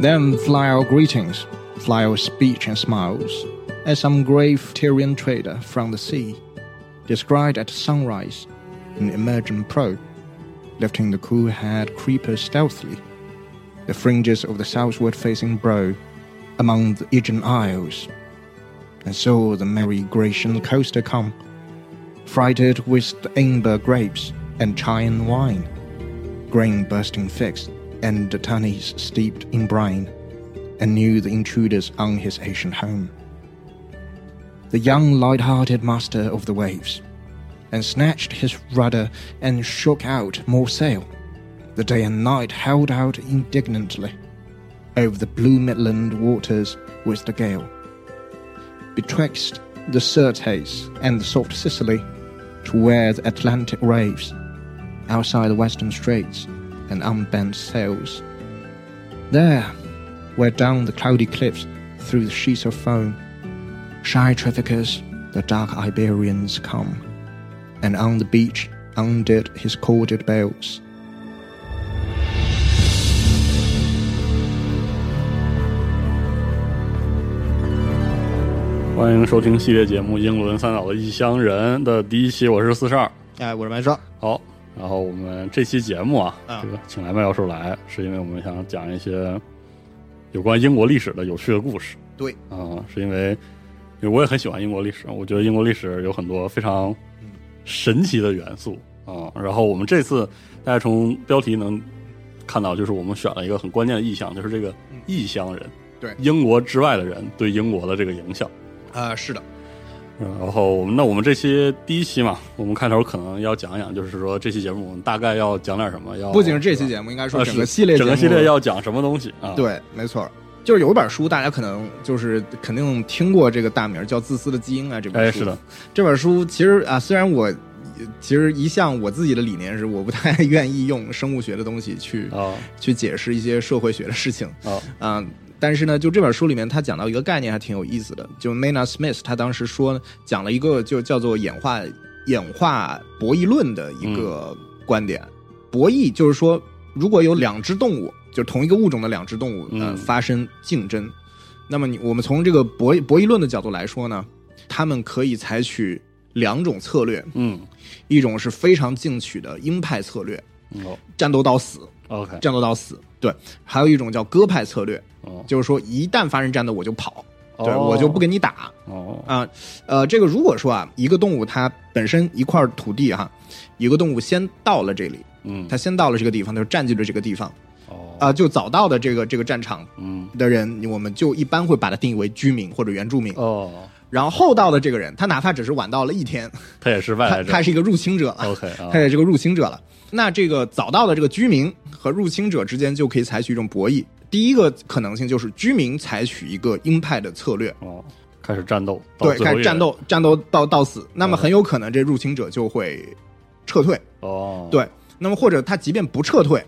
Then fly our greetings, fly our speech and smiles, as some grave Tyrian trader from the sea, descried at sunrise, an emergent prow, lifting the cool head creeper stealthily, the fringes of the southward facing brow, among the Aegean Isles, and saw the merry Grecian coaster come, freighted with the amber grapes and Chian wine, grain bursting fixed, and the tunnies steeped in brine, and knew the intruders on his Asian home. The young light-hearted master of the waves, and snatched his rudder and shook out more sail. The day and night held out indignantly over the blue midland waters with the gale. Betwixt the Syrtes and the soft Sicily, to where the Atlantic raves, outside the western straits and unbent sails. There, where down the cloudy cliffs, through the sheets of foam, shy traffickers, the dark Iberians come, and on the beach undid his corded belts. 《欢迎收听系列节目《英伦三岛的异乡人》的第一期，我是四十二。哎，我是白少。好，然后我们这期节目啊，啊这个请来麦教授来，是因为我们想讲一些有关英国历史的有趣的故事。对，啊、是因为因为我也很喜欢英国历史，我觉得英国历史有很多非常神奇的元素啊、然后我们这次大家从标题能看到，就是我们选了一个很关键的意象，就是这个异乡人，对英国之外的人对英国的这个影响。Uh, 呃，是的，嗯然后我们那我们这期第一期嘛，我们开头可能要讲一讲，就是说这期节目我们大概要讲点什么，要不仅是这期节目，应该啊说整是个系列节整目，个系列要讲什么东西啊？，对，没错，就是有一本书，大家可能就是肯定听过这个大名儿，叫《自私的基因》啊。这本哎，书是的，，这本书其实啊，虽然我其实一向我自己的理念是，我不太 愿意用生物学的东西去、啊去解释一些社会学的事情啊啊、但是呢，就这本书里面，他讲到一个概念还挺有意思的，就 Nana Smith 他当时说讲了一个就叫做演化演化博弈论的一个观点。博弈就是说，如果有两只动物，就是同一个物种的两只动物，呃嗯发生竞争，那么你我们从这个博弈博弈论的角度来说呢，他们可以采取两种策略，嗯，一种是非常进取的鹰派策略，嗯哦战斗到死， ，OK，战斗到死。对，还有一种叫鸽派策略，哦，就是说一旦发生战斗我就跑，对、哦我就不跟你打哦，啊、呃，这个如果说啊，一个动物它本身一块土地哈、一个动物先到了这里，嗯，它先到了这个地方，它就占据了这个地方哦，啊、就早到的这个这个战场嗯，的人，我们就一般会把它定义为居民或者原住民。哦，然后后到的这个人，他哪怕只是晚到了一天，他哎也是外他来他者是一个入侵者了， ，OK 啊他，也是个入侵者了。那这个早到的这个居民和入侵者之间就可以采取一种博弈。第一个可能性就是居民采取一个鹰派的策略，哦，开始战斗，到对，最后开一始人战，斗，战斗到到死。那么嗯很有可能这入侵者就会撤退，哦，，对。那么或者他即便不撤退，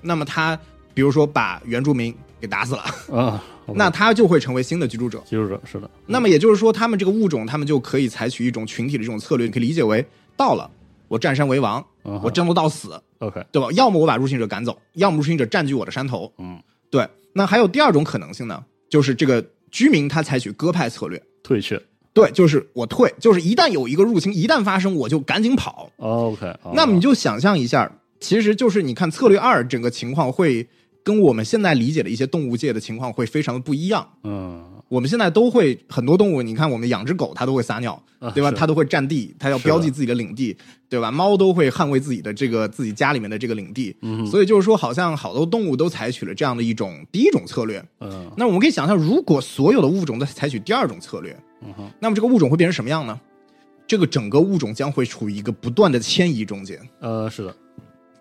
那么他比如说把原住民给打死了，啊，那他就会成为新的居住者。记住者是的，那么也就是说，他们这个物种，他们就可以采取一种群体的这种策略，你可以理解为到了我占山为王，嗯我战斗到死， OK，对吧？要么我把入侵者赶走，要么入侵者占据我的山头。嗯，对，那还有第二种可能性呢，就是这个居民他采取鸽派策略，退却对，就是我退，就是一旦有一个入侵，一旦发生，我就赶紧跑。 ，OK，哦那么你就想象一下，其实就是你看策略二整个情况会跟我们现在理解的一些动物界的情况会非常的不一样。嗯，我们现在都会很多动物，你看我们养只狗，它都会撒尿啊，对吧？是它都会占地，它要是的标记自己的领地，对吧？猫都会捍卫自己的这个自己家里面的这个领地。嗯所以就是说，好像好多动物都采取了这样的一种第一种策略。嗯，那我们可以想象，如果所有的物种都采取第二种策略，嗯哼那么这个物种会变成什么样呢？这个整个物种将会处于一个不断的迁移中间。呃，是的，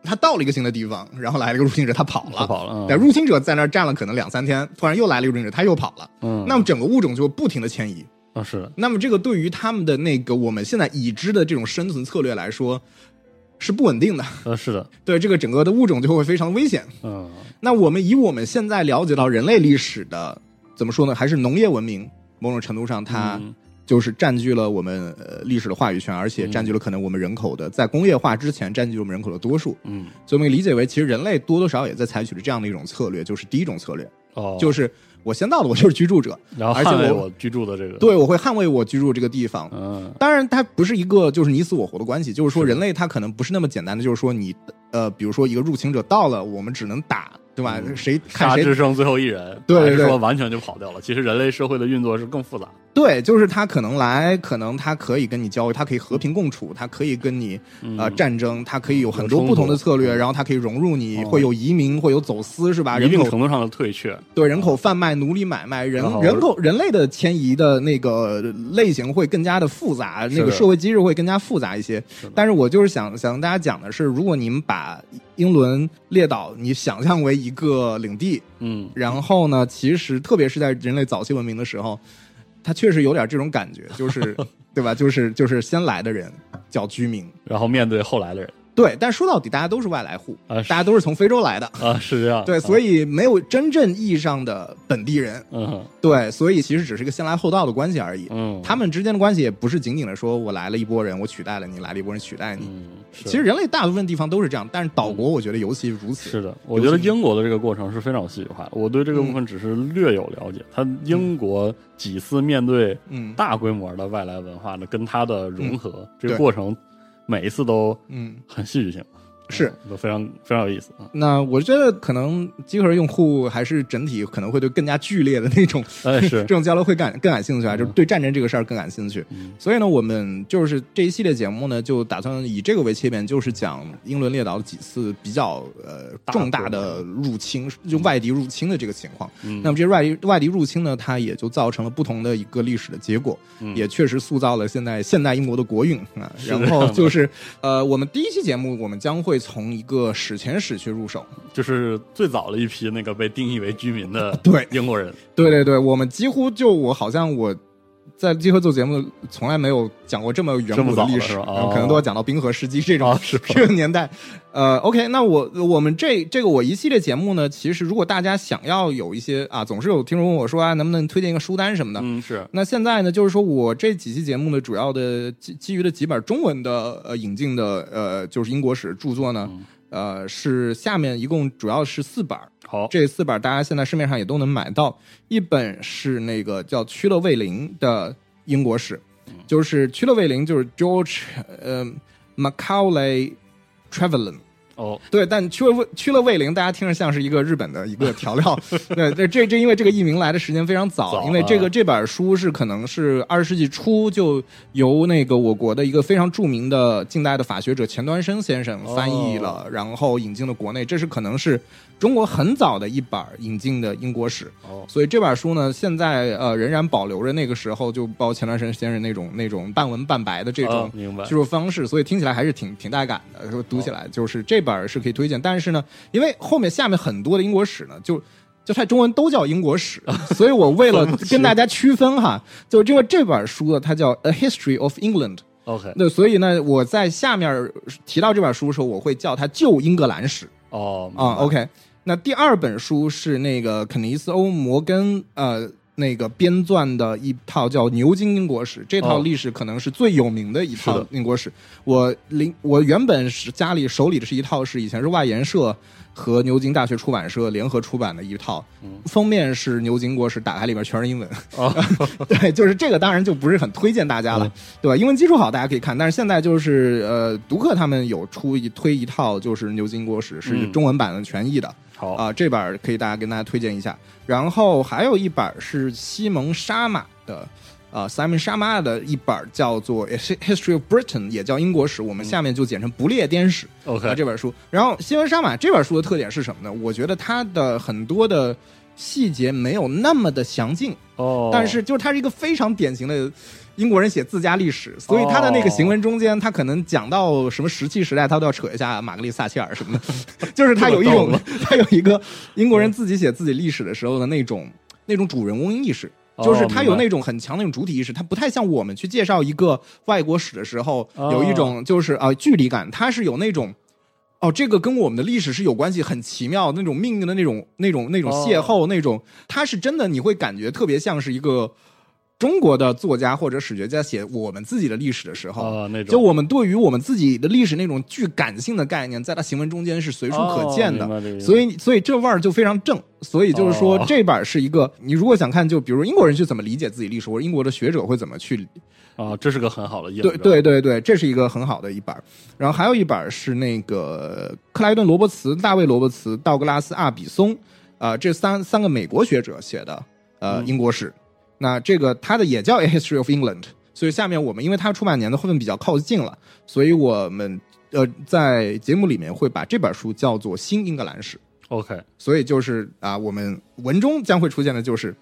它到了一个新的地方，然后来了一个入侵者，它跑他了。跑了，对，嗯入侵者在那儿站了可能两三天，突然又来了一个入侵者，他又跑了。嗯，那么整个物种就不停的迁移。啊是的，那么这个对于他们的那个我们现在已知的这种生存策略来说，是不稳定的。呃，是的，对这个整个的物种就会非常危险。嗯，那我们以我们现在了解到人类历史的怎么说呢？还是农业文明某种程度上它嗯就是占据了我们呃历史的话语权，而且占据了可能我们人口的在工业化之前占据了我们人口的多数。嗯所以我们理解为，其实人类多多少少也在采取着这样的一种策略，就是第一种策略。哦，就是我先到的，我就是居 住者，然后而且捍卫我我居住的这个，，对我会捍卫我居住这个地方。嗯当然，它不是一个就是你死我活的关系，就是说人类他可能不是那么简单的，就是说你呃，比如说一个入侵者到了，我们只能打，对吧？嗯谁看杀谁之剩最后一人，对还对是对说完全就跑掉了。其实人类社会的运作是更复杂，对，就是他可能来，可能他可以跟你交易，他可以和平共处，他可以跟你嗯呃战争，他可以有很有多冲不同突嗯的策略，然后他可以融入你，哦会有移民，会有走私，是吧？一啊人定口程度上的退却，对人口贩卖、奴隶买卖、人然后人口人类的迁移的那个类型会更加的复杂，是的那个社会机制会更加复杂一些是的。但是我就是想想跟大家讲的是，如果你们把英伦列岛你想象为一个领地，嗯，然后呢，其实特别是在人类早期文明的时候，它确实有点这种感觉，就是 对吧？就是就是先来的人叫居民，然后面对后来的人对。但说到底，大家都是外来户，啊是大家都是从非洲来的，啊，是这样，对，所以，以没有真正意义上的本地人。嗯对，所以其实只是一个先来后到的关系而已。嗯，他们之间的关系也不是仅仅的说我来了一波人，我取代了你，来了一波人取代你。嗯，是嗯其实人类大部分地方都是这样，但是岛国我觉得尤其如此。是的，我觉得英国的这个过程是非常有戏剧化的。我对这个部嗯分只是略有了解。它英国几次面对嗯大规模的外来文化呢，跟它的融合、这个对过程，每一次都嗯，很戏剧性，是嗯都非常非常有意思啊。那我觉得可能机核用户还是整体可能会对更加剧烈的那种哎， 是这种交流会感更感兴趣啊，就是对战争这个事儿更感兴趣。嗯所以呢，我们就是这一系列节目呢，就打算以这个为切面，就是讲英伦列岛几次比较呃大重大国的入侵，就外敌入侵的这个情况。嗯那么这些外敌外敌入侵呢，它也就造成了不同的一个历史的结果，嗯也确实塑造了现在现代英国的国运啊。是然后 就是呃，我们第一期节目我们将会从一个史前史去入手，就是最早的一批那个被定义为居民的 对英国人，对对对，我们几乎就我好像我在机会做节目从来没有讲过这么远这么古的早历了史，是吧然后可能都要讲到冰河世纪这种、啊是吧这个年代。呃，OK，那我我们这这个我一系列节目呢，其实如果大家想要有一些啊，总是有听众问我说啊，能不能推荐一个书单什么的。嗯，是那现在呢，就是说我这几期节目呢，主要的基基于的几本中文的呃引进的呃就是英国史著作呢，嗯呃是下面一共主要是四本儿，好，这四本大家现在市面上也都能买到。一本是那个叫《屈勒卫林》的英国史，就是屈勒卫林就是 George 呃 Macaulay Trevelyan。哦，对，但屈勒屈勒卫林，大家听着像是一个日本的一个调 料。对，这这这因为这个译名来的时间非常早，早啊因为这个这本书是可能是二十世纪初就由那个我国的一个非常著名的近代的法学者钱端升先生翻哦译了，然后引进了国内。这是可能是中国很早的一本引进的英国史。哦，所以这本书呢，现在呃仍然保留着那个时候就包括前段时间先生那种那种半文半白的这种啊明白叙述方式，所以听起来还是挺挺带感的。说读起来就是这本儿是可以推荐，但是呢，因为后面下面很多的英国史呢，就。就它中文都叫英国史，所以我为了跟大家区分哈， 就因为这本书呢，它叫《A History of England》， ，OK，那所以呢，我在下面提到这本书的时候，我会叫它《旧英格兰史》。哦，明白啊、o k 那第二本书是那个肯尼斯·欧·摩根呃那个编撰的一套叫《牛津英国史》，这套哦历史可能是最有名的一是套的英国史。我零我原本是家里手里的是一套是以前是外研社和牛津大学出版社联合出版的一套，封面是牛津英国史，打开里面全是英文。 对，就是这个当然就不是很推荐大家了，对吧？英文基础好大家可以看，但是现在就是呃，读客他们有出一推一套就是牛津国史是嗯中文版的全译的好啊、这本儿可以大家跟大家推荐一下。然后还有一本儿是西蒙沙马的。啊、s i m o n 沙马的一本儿叫做《History of Britain》，也叫英国史，我们下面就简称不列颠史。 ，OK，啊这本书。然后《新闻杀马》这本书的特点是什么呢？我觉得它的很多的细节没有那么的详尽，哦，但是就是它是一个非常典型的英国人写自家历哦史，所以他的那个行文中间，他可能讲到什么石器时代，他都要扯一下玛格丽撒切尔什么的， 就是他有一这么种他有一个英国人自己写自己历史的时候的那种那种主人翁意识。哦就是他有明白那种很强的那种主体意识，他不太像我们去介绍一个外国史的时候，哦有一种就是啊、距离感，他是有那种哦，这个跟我们的历史是有关系，很奇妙那种哦命运的那种那种那种邂逅，那种他是真的，你会感觉特别像是一个中国的作家或者史学家写我们自己的历史的时候，啊那种就我们对于我们自己的历史那种具感性的概念，在他行文中间是随处可见的，哦明白这个意思所以所以这味儿就非常正。所以就是说，哦这本儿是一个你如果想看，就比如英国人去怎么理解自己历史，或者英国的学者会怎么去啊，这是个很好的印证。对对对对，这是一个很好的一本儿。然后还有一本儿是那个克莱顿·罗伯茨、大卫·罗伯茨、道格拉斯·阿比松，呃，这三三个美国学者写的呃英国史。那这个它的也叫《A History of England》，所以下面我们因为它出版年的会份比较靠近了，所以我们呃在节目里面会把这本书叫做《新英格兰史》。 ，OK，所以就是啊，我们文中将会出现的就是，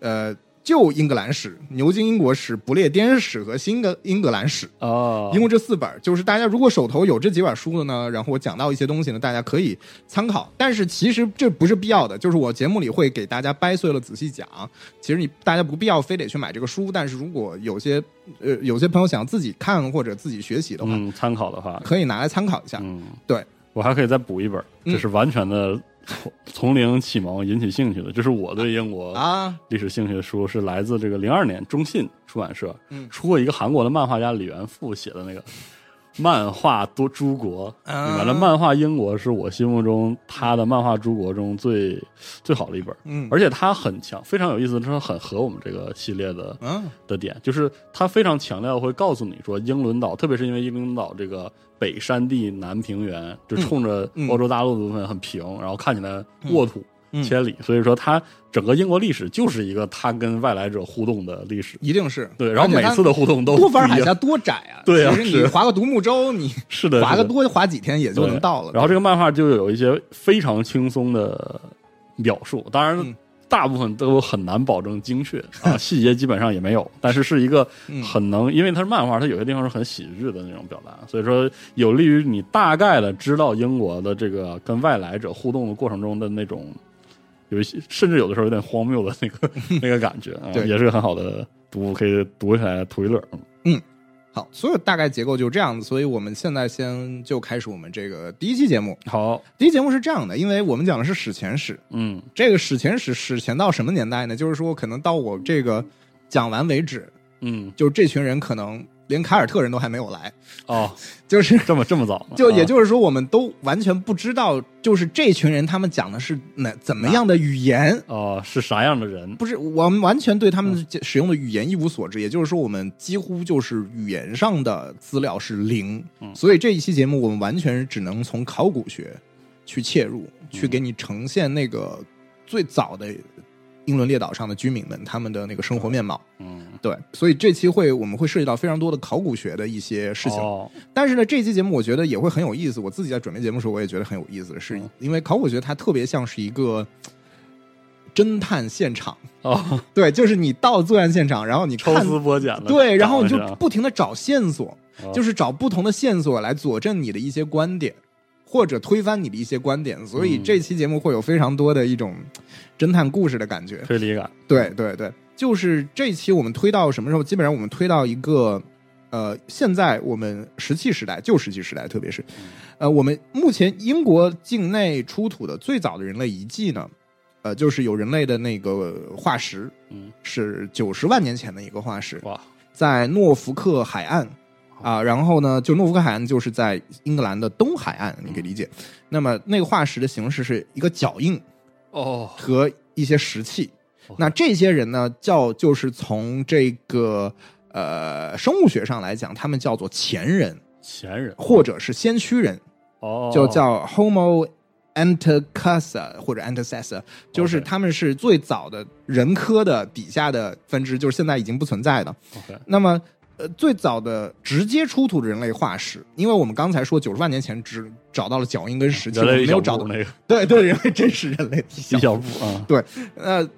呃，旧英格兰史、牛津英国史、不列颠史和新格英格兰史。哦，一共这四本儿，就是大家如果手头有这几本书了呢，然后我讲到一些东西呢，大家可以参考。但是其实这不是必要的，就是我节目里会给大家掰碎了仔细讲。其实你大家不必要非得去买这个书，但是如果有些呃有些朋友想自己看或者自己学习的话，嗯，参考的话，可以拿来参考一下。嗯，对，我还可以再补一本，嗯这是完全的从从零启蒙引起兴趣的，这是我对英国啊，历史兴趣的书，是来自这个零二年中信出版社嗯出过一个韩国的漫画家李元富写的那个《漫画多诸国》啊里面的漫画英国是我心目中他的漫画诸国中最最好的一本，嗯而且他很强，非常有意思，这很合我们这个系列的嗯、的点，就是他非常强调会告诉你说，英伦岛，特别是因为英伦岛这个北山地南平原，就冲着欧洲大陆的部分很平，然后看起来沃土嗯千里，所以说它整个英国历史就是一个他跟外来者互动的历史。一定是对，然后每次的的互动都多玩不一海样峡多窄 啊，对啊其实你是划个独木舟，你是的，划是个的多划几天也就能对到了。然后这个漫画就有一些非常轻松的描述，当嗯然大部分都很难保证 精确啊，细节基本上也没有。但是是一个嗯很能，因为它是漫画，它有些地方是很喜剧的那种表达，所以说有利于你大概的知道英国的这个跟外来者互动的过程中的那种。有一些，甚至有的时候有点荒谬的那个 那个感觉啊，对也是个很好的读物，可以读起来图一乐。嗯好，所有大概结构就这样子，所以我们现在先就开始我们这个第一期节目。好，第一节目是这样的，因为我们讲的是史前史，嗯，这个史前史史前到什么年代呢？就是说，可能到我这个讲完为止，嗯，就这群人可能连凯尔特人都还没有来，哦，就是这么这么早呢，就啊也就是说，我们都完全不知道，就是这群人他们讲的是哪怎么样的语言。哦，是啥样的人？不是，我们完全对他们使用的语言一无所知，也就是说，我们几乎就是语言上的资料是零，所以这一期节目我们完全只能从考古学去切入，去给你呈现那个最早的英伦列岛上的居民们他们的那个生活面貌。嗯，对，所以这期会我们会涉及到非常多的考古学的一些事情，哦，但是呢，这期节目我觉得也会很有意思。我自己在准备节目的时候，我也觉得很有意思，是嗯因为考古学它特别像是一个侦探现场。哦，对，就是你到作案现场，然后你抽看，丝剥茧了。对，然后你找就的是啊不停的找线索，哦就是找不同的线索来佐证你的一些观点，或者推翻你的一些观点。所以嗯这期节目会有非常多的一种侦探故事的感觉。推理感。对对对，就是这期我们推到什么时候？基本上我们推到一个。呃，现在我们石器时代，旧石器时代，特别是，呃，我们目前英国境内出土的最早的人类遗迹呢，呃，就是有人类的那个化石，嗯，是九十万年前的一个化石，哇，在诺福克海岸啊、然后呢，就诺福克海岸就是在英格兰的东海岸，你可以理解。那么那个化石的形式是一个脚印哦，和一些石器哦。那这些人呢，叫就是从这个呃生物学上来讲，他们叫做前人前人或者是先驱人，哦，就叫 Homo antecessor 或者 antecessor，就是他们是最早的人科的底下的分支，就是现在已经不存在的。 OK，那么，呃，最早的直接出土的人类化石，因为我们刚才说九十万年前只找到了脚印跟石器，人类没一小有步找到那个对对人类真实人类一小小步啊，对，呃，呃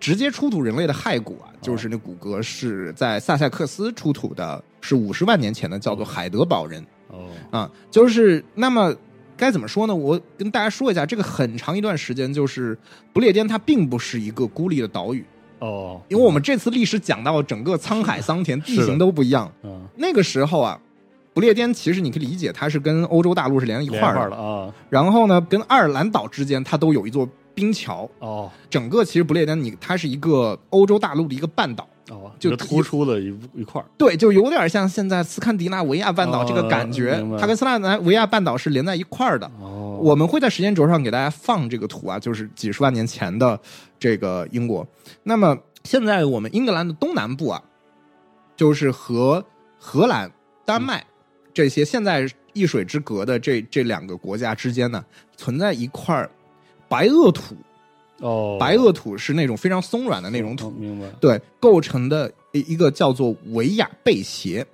直接出土人类的骸骨啊，就是那骨骼是在萨塞克斯出土的，是五十万年前的，叫做海德堡人。哦，啊，就是那么该怎么说呢？我跟大家说一下，这个很长一段时间，就是不列颠它并不是一个孤立的岛屿，哦，因为我们这次历史讲到整个沧海桑田，地是的形都不一样。嗯，那个时候啊，不列颠其实你可以理解它是跟欧洲大陆是连一块连儿儿的，了啊，然后呢，跟爱尔兰岛之间它都有一座冰桥。哦，整个其实不列颠你它是一个欧洲大陆的一个半岛，哦，就一个突出的一一块儿，对，就有点像现在斯堪的纳维亚半岛这个感觉，哦明白它跟斯堪的纳维亚半岛是连在一块儿的。哦，我们会在时间轴上给大家放这个图啊，就是几十万年前的这个英国。那么现在我们英格兰的东南部啊，就是和荷兰、丹麦这些现在一水之隔的这这两个国家之间呢，存在一块儿白垩土。哦，白垩土是那种非常松软的那种土哦，明白，对，构成的一一个叫做维亚贝鞋。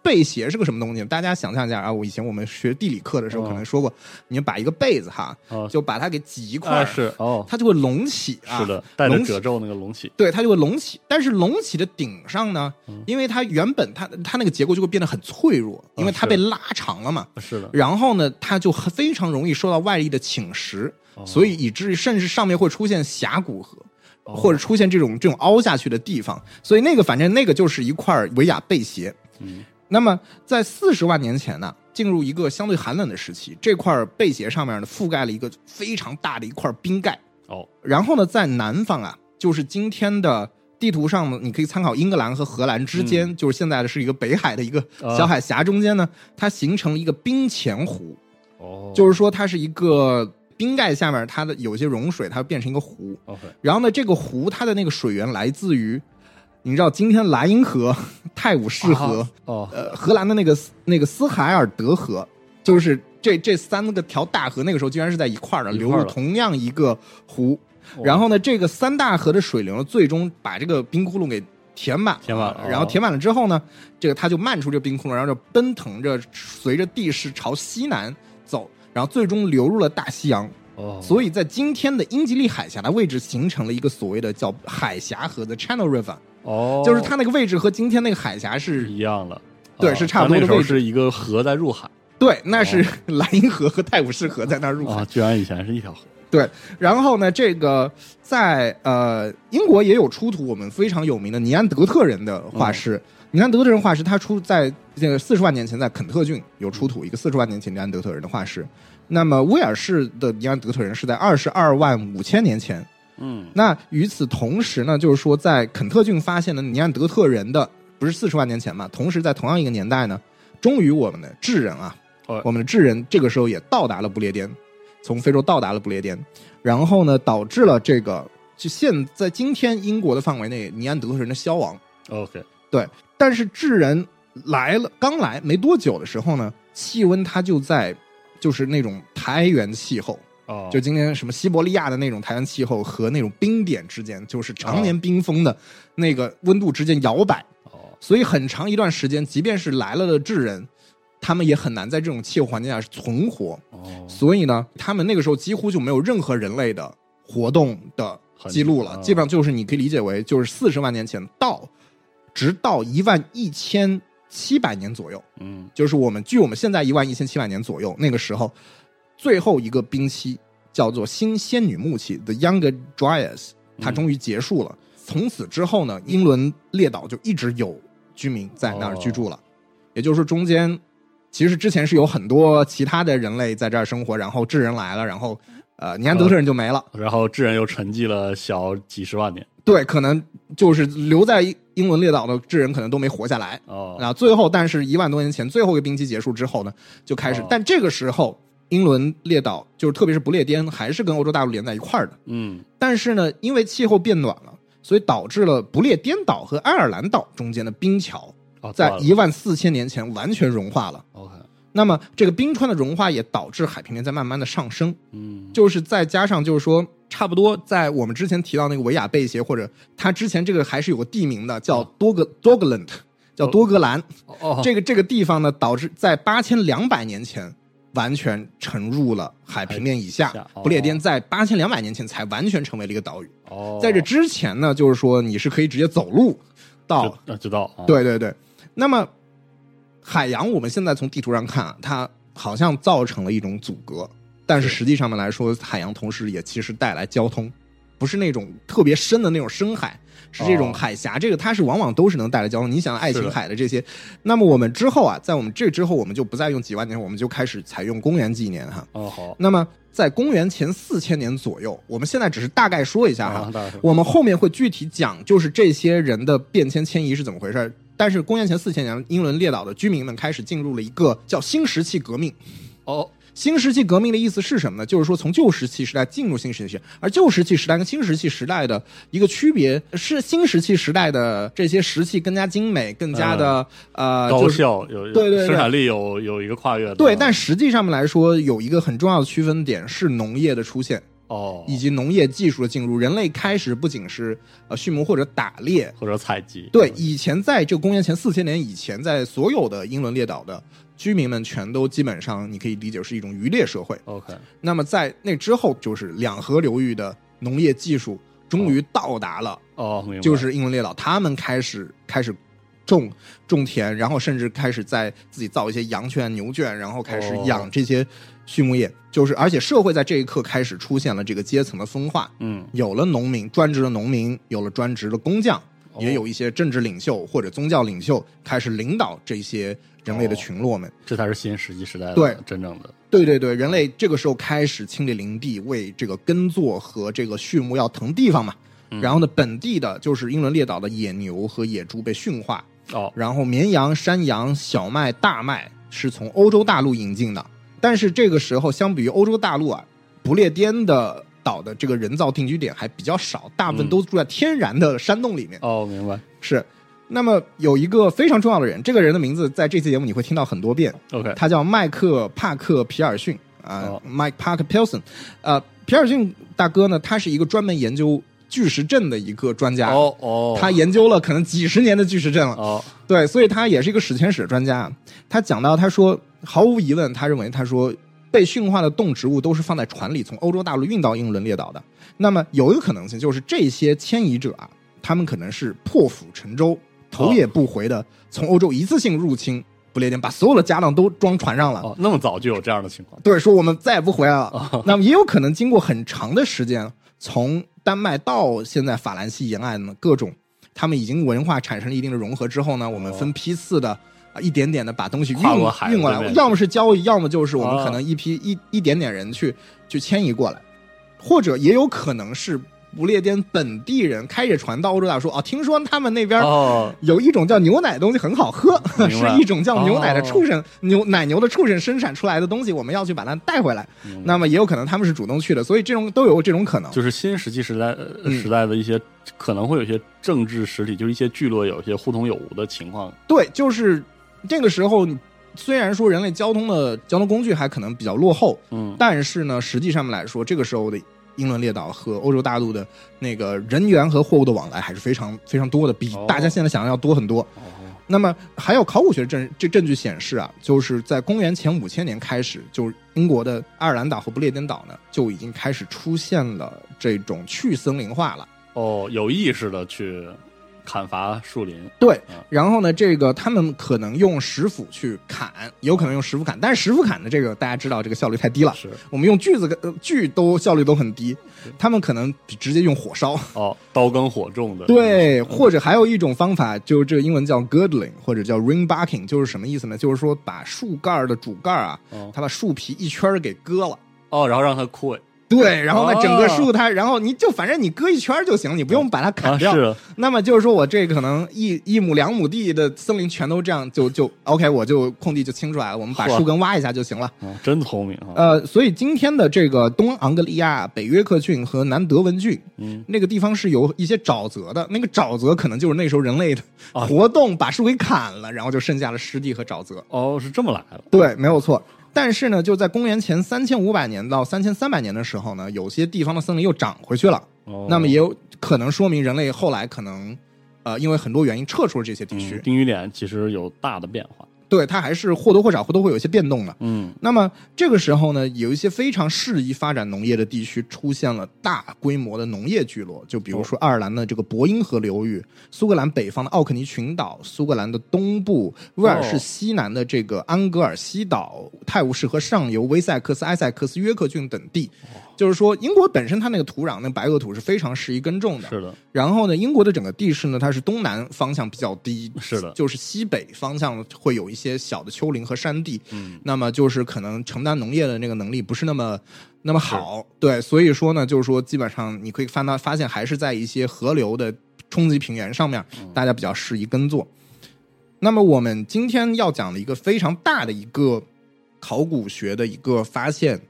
贝鞋是个什么东西？大家想象一下啊！我以前我们学地理课的时候哦可能说过，你把一个被子哈，哦，就把它给挤一块啊儿，是哦，它就会隆起啊。是的，带着隆起褶皱那个隆起，对，它就会隆起。但是隆起的顶上呢嗯，因为它原本它它那个结构就会变得很脆弱，因为它啊是被拉长了嘛。啊是的，然后呢，它就很非常容易受到外力的侵蚀，哦所以以至于甚至上面会出现峡谷和。哦或者出现这种这种凹下去的地方，所以那个反正那个就是一块维亚贝鞋。嗯，那么在四十万年前呢、进入一个相对寒冷的时期，这块贝鞋上面呢覆盖了一个非常大的一块冰盖。哦，然后呢，在南方啊，就是今天的地图上呢，你可以参考英格兰和荷兰之嗯间，就是现在的是一个北海的一个啊小海峡中间呢，它形成了一个冰前湖，哦，就是说它是一个冰盖下面它的有些融水，它变成一个湖。 OK，然后呢，这个湖它的那个水源来自于，你知道今天莱茵河、 泰晤士河、啊哦，呃荷兰的那个斯那个斯海尔德河，就是这这三个条大河，那个时候居然是在一块儿的，一流块儿入的同样一个湖。哦然后呢，这个三大河的水流呢最终把这个冰窟窿给填满了，填满了哦然后填满了之后呢，这个它就漫出这个冰窟窿，然后就奔腾着随着地势朝西南走，然后最终流入了大西洋。哦，所以在今天的英吉利海峡的位置形成了一个所谓的叫海峡河的 Channel River，、哦，就是它那个位置和今天那个海峡是是一样的，对啊是差不多但的那时候位置是一个河在入海对，那是 莱茵河和泰晤士河在那儿入海。啊，居然以前是一条河，对，然后呢，这个在呃英国也有出土我们非常有名的尼安德特人的化石。尼安德特人化石，它出在这个四十万年前，在肯特郡有出土一个四十万年前尼安德特人的化石。那么威尔士的尼安德特人是在二十二万五千年前嗯，那与此同时呢，就是说在肯特郡发现的尼安德特人的，不是四十万年前嘛？同时在同样一个年代呢，终于我们的智人啊哦，我们的智人这个时候也到达了不列颠，从非洲到达了不列颠，然后呢，导致了这个就现在今天英国的范围内尼安德特人的消亡。 OK，但是智人来了，刚来没多久的时候呢，气温它就在就是那种苔原气候，哦，就今天什么西伯利亚的那种太原气候和那种冰点之间，就是常年冰封的那个温度之间摇摆，哦，所以很长一段时间，即便是来了的智人，他们也很难在这种气候环境下存活。哦，所以呢，他们那个时候几乎就没有任何人类的活动的记录了痕，迹哦基本上就是你可以理解为就是四十万年前到直到一万一千七百年左右，嗯，就是我们距我们现在一万一千七百年左右那个时候，最后一个冰期叫做新仙女木期 （The Younger Dryas），它终于结束了。从此之后呢，英伦列岛就一直有居民在那儿居住了。也就是说，中间其实之前是有很多其他的人类在这儿生活，然后智人来了，然后呃尼安德特人就没了。然后智人又沉寂了小几十万年，对，可能就是留在英伦列岛的智人可能都没活下来。哦，啊，最后但是一万多年前最后一个冰期结束之后呢，就开始，哦但这个时候英伦列岛就是特别是不列颠还是跟欧洲大陆连在一块儿的，嗯，但是呢，因为气候变暖了，所以导致了不列颠岛和爱尔兰岛中间的冰桥哦，在断了一万四千年前完全融化了。 OK，那么这个冰川的融化也导致海平面在慢慢的上升，嗯，就是再加上就是说，差不多在我们之前提到那个维亚贝鞋，或者它之前这个还是有个地名的，叫多格多格兰，叫多格兰。哦，这个这个地方呢，导致在八千两百年前完全沉入了海平面以下海平面以下。哦不列颠在八千两百年前才完全成为了一个岛屿。哦，在这之前呢，就是说你是可以直接走路到知知道，啊，对对对，那么海洋我们现在从地图上看啊，它好像造成了一种阻隔，但是实际上面来说，海洋同时也其实带来交通，不是那种特别深的那种深海，是这种哦海峡，这个它是往往都是能带来交通。你想爱是琴的海的这些，那么我们之后啊，在我们这之后，我们就不再用几万年，我们就开始采用公元纪年哈。哦，好，那么在公元前四千年左右，我们现在只是大概说一下哈，啊大概说我们后面会具体讲，就是这些人的变迁迁移是怎么回事儿。但是公元前四千年，英伦列岛的居民们开始进入了一个叫新石器革命。哦，新石器革命的意思是什么呢？就是说从旧石器时代进入新石器时代，而旧石器时代跟新石器时代的一个区别是，新石器时代的这些石器更加精美，更加的、呃啊高就是。效有有对对对生产力有有一个跨越的，对，但实际上面来说，有一个很重要的区分点是农业的出现哦，以及农业技术的进入。人类开始不仅是呃畜牧或者打猎，或者采集，对，以前在这个公元前四千年以前，在所有的英伦列岛的居民们全都基本上你可以理解是一种渔猎社会。 ，OK，那么在那之后，就是两河流域的农业技术终于到达了，哦，明白，就是英伦列岛，他们开始开始种种田，然后甚至开始在自己造一些羊圈、牛圈，然后开始哦养这些畜牧业。就是而且社会在这一刻开始出现了这个阶层的分化，嗯，有了农民，专职的农民，有了专职的工匠，哦也有一些政治领袖或者宗教领袖开始领导这些人类的群落们。这才是新石器时代的对真正的对对对，人类这个时候开始清理林地，为这个耕作和这个畜牧要腾地方嘛。然后呢，本地的就是英伦列岛的野牛和野猪被驯化，哦，然后绵羊、山羊、小麦、大麦是从欧洲大陆引进的。但是这个时候，相比于欧洲大陆啊，不列颠的岛的这个人造定居点还比较少，大部分嗯都住在天然的山洞里面。哦，明白是，那么有一个非常重要的人，这个人的名字在这期节目你会听到很多遍， ，OK，他叫麦克帕克皮尔逊啊、哦 m i k e Parker Pilson，呃，皮尔逊大哥呢，他是一个专门研究巨石阵的一个专家。哦哦，他研究了可能几十年的巨石阵了，哦对，所以他也是一个史前史专家。他讲到，他说，毫无疑问，他认为，他说，被驯化的动植物都是放在船里从欧洲大陆运到英伦列岛的。那么有一个可能性就是，这些迁移者啊，他们可能是破釜沉舟，头也不回的从欧洲一次性入侵不列颠，把所有的家当都装船上了。哦，那么早就有这样的情况，对，说我们再也不回来了。哦 那么也有可能经过很长的时间，从丹麦到现在法兰西沿岸的各种，他们已经文化产生了一定的融合之后呢，我们分批次的。啊一点点的把东西运哦跨过海运过来对面，去要么是交易，要么就是我们哦可能一批、一一点点人去去迁移过来，或者也有可能是不列颠本地人开着船到欧洲大陆说啊，听说他们那边哦有一种叫牛奶的东西很好喝，明是白一种叫牛奶的哦畜生、牛奶牛的畜生生产出来的东西，我们要去把它带回来。明白那么也有可能他们是主动去的，所以这种都有这种可能。就是新石器时代、呃嗯时代的一些可能会有一些政治实体，就是一些聚落有一些互通有无的情况。对，就是这个时候，虽然说人类交通的交通工具还可能比较落后，嗯，但是呢，实际上面来说，这个时候的英伦列岛和欧洲大陆的那个人员和货物的往来还是非常非常多的，比哦大家现在想的要多很多。哦，那么还有考古学证这证据显示啊，就是在公元前五千年开始，就是英国的爱尔兰岛和不列颠岛呢，就已经开始出现了这种去森林化了。哦，有意识的去砍伐树林，对嗯，然后呢，这个他们可能用石斧去砍，有可能用石斧砍，但是石斧砍的这个大家知道，这个效率太低了。是我们用锯子跟、呃锯都效率都很低是，他们可能直接用火烧。哦，刀耕火种的。对，或者还有一种方法，就是这个英文叫 girdling 或者叫 ring barking，就是什么意思呢？就是说把树干儿的主干儿啊，哦它把树皮一圈儿给割了。哦，然后让它枯萎对，然后呢，哦整个树它，然后你就反正你割一圈儿就行，你不用把它砍啊，掉。是那么就是说我这可能一一亩两亩地的森林全都这样，就就 OK，我就空地就清出来了，我们把嚯树根挖一下就行了。哦真聪明啊。呃，所以今天的这个东昂格利亚、北约克郡和南德文郡，嗯，那个地方是有一些沼泽的，那个沼泽可能就是那时候人类的啊活动把树给砍了，然后就剩下了湿地和沼泽。哦，是这么来的。对，没有错。但是呢，就在公元前三千五百年到三千三百年的时候呢，有些地方的森林又长回去了。哦，那么也有可能说明人类后来可能，呃，因为很多原因撤出了这些地区。嗯丁雨点其实有大的变化。对，它还是或多或少或多会有一些变动的。嗯，那么这个时候呢，有一些非常适宜发展农业的地区出现了大规模的农业聚落，就比如说爱尔兰的这个伯因河流域、苏格兰北方的奥克尼群岛、苏格兰的东部、威尔士西南的哦这个安格尔西岛、泰晤士河上游、威塞克斯、埃塞克斯、约克郡等地，就是说英国本身它那个土壤，那白垩土是非常适宜耕种的。是的，然后呢，英国的整个地势呢，它是东南方向比较低，是的就是西北方向会有一些小的丘陵和山地，嗯，那么就是可能承担农业的那个能力不是那么那么好，对，所以说呢，就是说基本上你可以发到发现还是在一些河流的冲积平原上面，嗯大家比较适宜耕作。那么我们今天要讲的一个非常大的一个考古学的一个发现，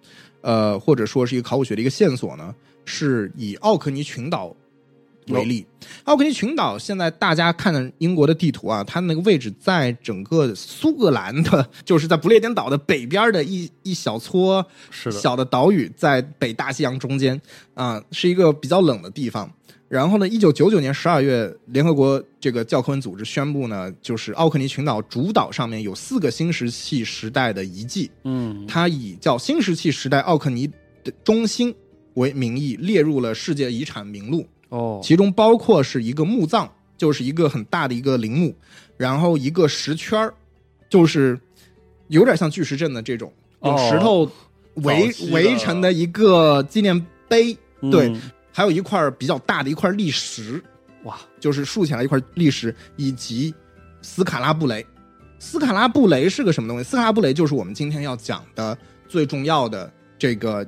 呃，或者说是一个考古学的一个线索呢，是以奥克尼群岛为哦例。奥克尼群岛现在大家看英国的地图啊，它那个位置在整个苏格兰的，就是在不列颠岛的北边的一一小撮是的，小的岛屿，在北大西洋中间啊、是一个比较冷的地方。然后呢，一九九九年十二月，联合国这个教科文组织宣布呢，就是奥克尼群岛主岛上面有四个新石器时代的遗迹，嗯，它以叫新石器时代奥克尼的中心为名义列入了世界遗产名录。哦，其中包括是一个墓葬，就是一个很大的一个陵墓，然后一个石圈儿，就是有点像巨石阵的这种，哦用石头围早期的围成的一个纪念碑，嗯对，还有一块比较大的一块砾石，哇，就是竖起来一块砾石，以及斯卡拉布雷。斯卡拉布雷是个什么东西？斯卡拉布雷就是我们今天要讲的最重要的这个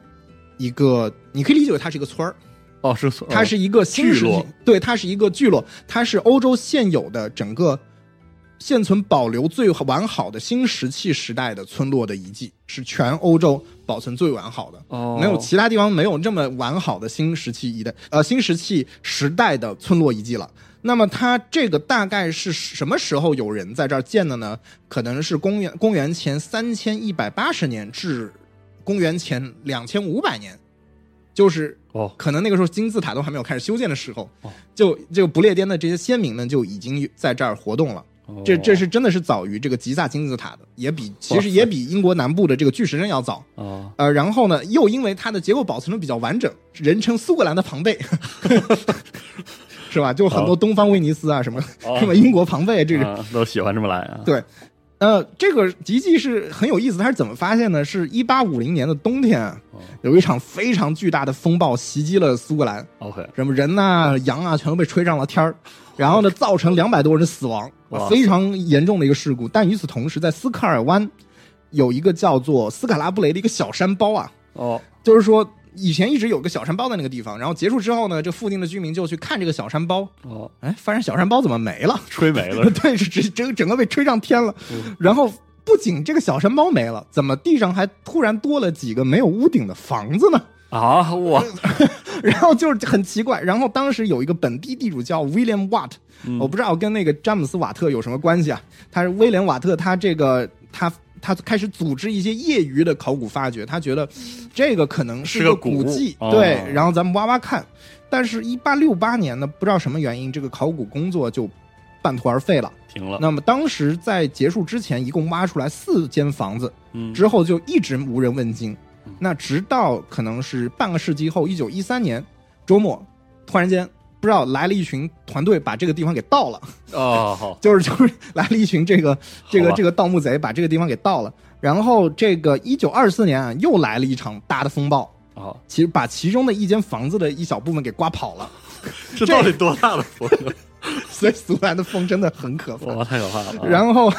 一个，你可以理解为它是一个村儿，哦，是它是一个新石聚器落，对，它是一个聚落，它是欧洲现有的整个现存保留最完好的新石器时代的村落的遗迹，是全欧洲保存最完好的。哦，没有其他地方没有这么完好的新石器遗的呃新石器时代的村落遗迹了。那么它这个大概是什么时候有人在这儿建的呢？可能是公元公元前三千一百八十年至公元前两千五百年，就是哦，可能那个时候金字塔都还没有开始修建的时候哦，就这个不列颠的这些先民们就已经在这儿活动了。这这是真的是早于这个吉萨金字塔的，也比其哦哇塞实也比英国南部的这个巨石阵要早。啊，呃，然后呢，又因为它的结构保存的比较完整，人称苏格兰的庞 贝，是吧？就很多好东方威尼斯啊，什么哦什么英国庞贝，这个啊都喜欢这么来啊，对，呃，这个遗迹是很有意思，它是怎么发现呢？是一八五零年的冬天啊哦，有一场非常巨大的风暴袭击了苏格兰， ，OK，什么人呐、羊啊，全都被吹上了天儿，然后呢，造成两百多人死亡，哇非常严重的一个事故。但与此同时，在斯卡尔湾有一个叫做斯卡拉布雷的一个小山包啊，哦，就是说以前一直有个小山包在那个地方，然后结束之后呢，这附近的居民就去看这个小山包，哦，哎，发现小山包怎么没了？吹没 了，对，是直整整个被吹上天了。然后不仅这个小山包没了，怎么地上还突然多了几个没有屋顶的房子呢？啊，我，然后就是很奇怪。然后当时有一个本地地主叫 William Watt，、我嗯不知道跟那个詹姆斯瓦特有什么关系啊？他是威廉瓦特，他这个他。他开始组织一些业余的考古发掘，他觉得这个可能是个个古古物迹，哦对，然后咱们挖挖看。但是，一八六八年呢，不知道什么原因，这个考古工作就半途而废了。 停了，那么当时在结束之前，一共挖出来四间房子，嗯，之后就一直无人问津。那直到可能是半个世纪后，一九一三年周末，突然间不知道来了一群团队，把这个地方给盗了， 哦，好，就是就是来了一群这个这好个吧这个盗墓贼，把这个地方给盗了。然后这个一九二四年啊，又来了一场大的风暴，好，其实把其中的一间房子的一小部分给刮跑了， 这到底多大的风啊呢？所以苏格兰的风真的很可怕。哇，太可怕了啊！ 然后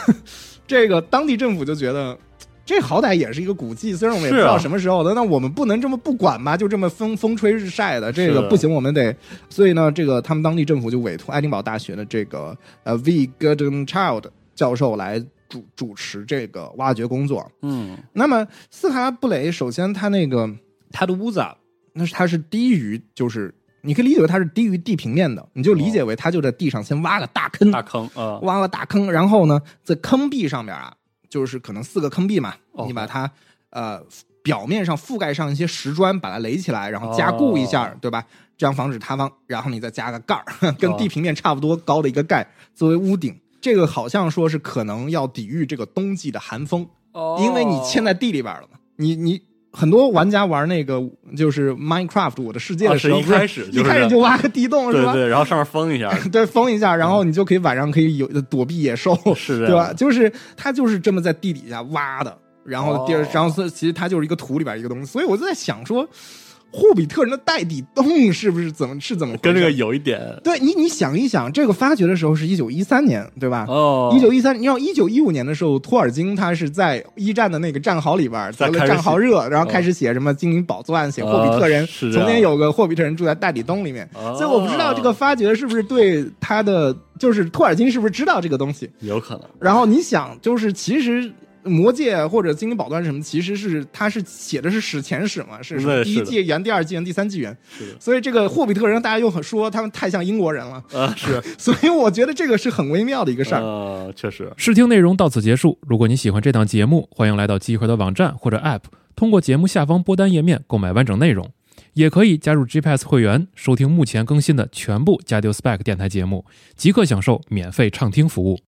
这个当地政府就觉得。这好歹也是一个古迹，虽然我们也不知是道啊什么时候的，那我们不能这么不管吧？就这么风风吹日晒的，这是个的不行，我们得。所以呢，这个他们当地政府就委托爱丁堡大学的这个呃 V. Gordon Child 教授来主主持这个挖掘工作。嗯，那么斯卡拉布雷，首先它那个它的屋子，啊，那是它是低于，就是你可以理解为它是低于地平面的，你就理解为它就在地上先挖个大坑，哦大坑啊，挖了大坑，然后呢，在坑壁上面啊，就是可能四个坑壁嘛，哦你把它呃表面上覆盖上一些石砖，把它垒起来，然后加固一哦下，对吧？这样防止塌方，然后你再加个盖儿， 跟地平面差不多高的一个盖作为屋顶。这个好像说是可能要抵御这个冬季的寒风，哦因为你嵌在地里边了嘛，你你。很多玩家玩那个就是 Minecraft 我的世界的啊是时候，一不是开始就一是开始就挖个地洞是对吧？对，然后上面封 一下，对，封一下，然后你就可以晚上可以有躲避野兽，是啊这对吧？样，就是它就是这么在地底下挖的，然后第二，哦然后所以其实它就是一个土里边一个东西，所以我就在想说，霍比特人的袋底洞是不是怎么是怎么回事跟这个有一点对你，你想一想，这个发掘的时候是一九一三年，对吧？哦，一九一三，你要一九一五年的时候，托尔金他是在一战的那个战壕里边儿得在了开始战壕写热，然后开始写什么《精灵宝钻》，写霍比特人，啊是这从样前有个霍比特人住在大理洞里面，哦所以我不知道这个发掘是不是对他的，就是托尔金是不是知道这个东西？有可能，然后你想，就是其实。魔戒或者精灵宝钻什么，其实是它是写的是史前史嘛，是什么对第是一的纪元、第二纪元、第三纪元是的，所以这个霍比特人大家又很说他们太像英国人了，啊，是， 所以我觉得这个是啊很微妙的一个事儿。呃，确实，试听内容到此结束。如果你喜欢这档节目，欢迎来到集合的网站或者 App，通过节目下方播单页面购买完整内容，也可以加入 GPS 会员，收听目前更新的全部加丢 Spec 电台节目，即刻享受免费畅听服务。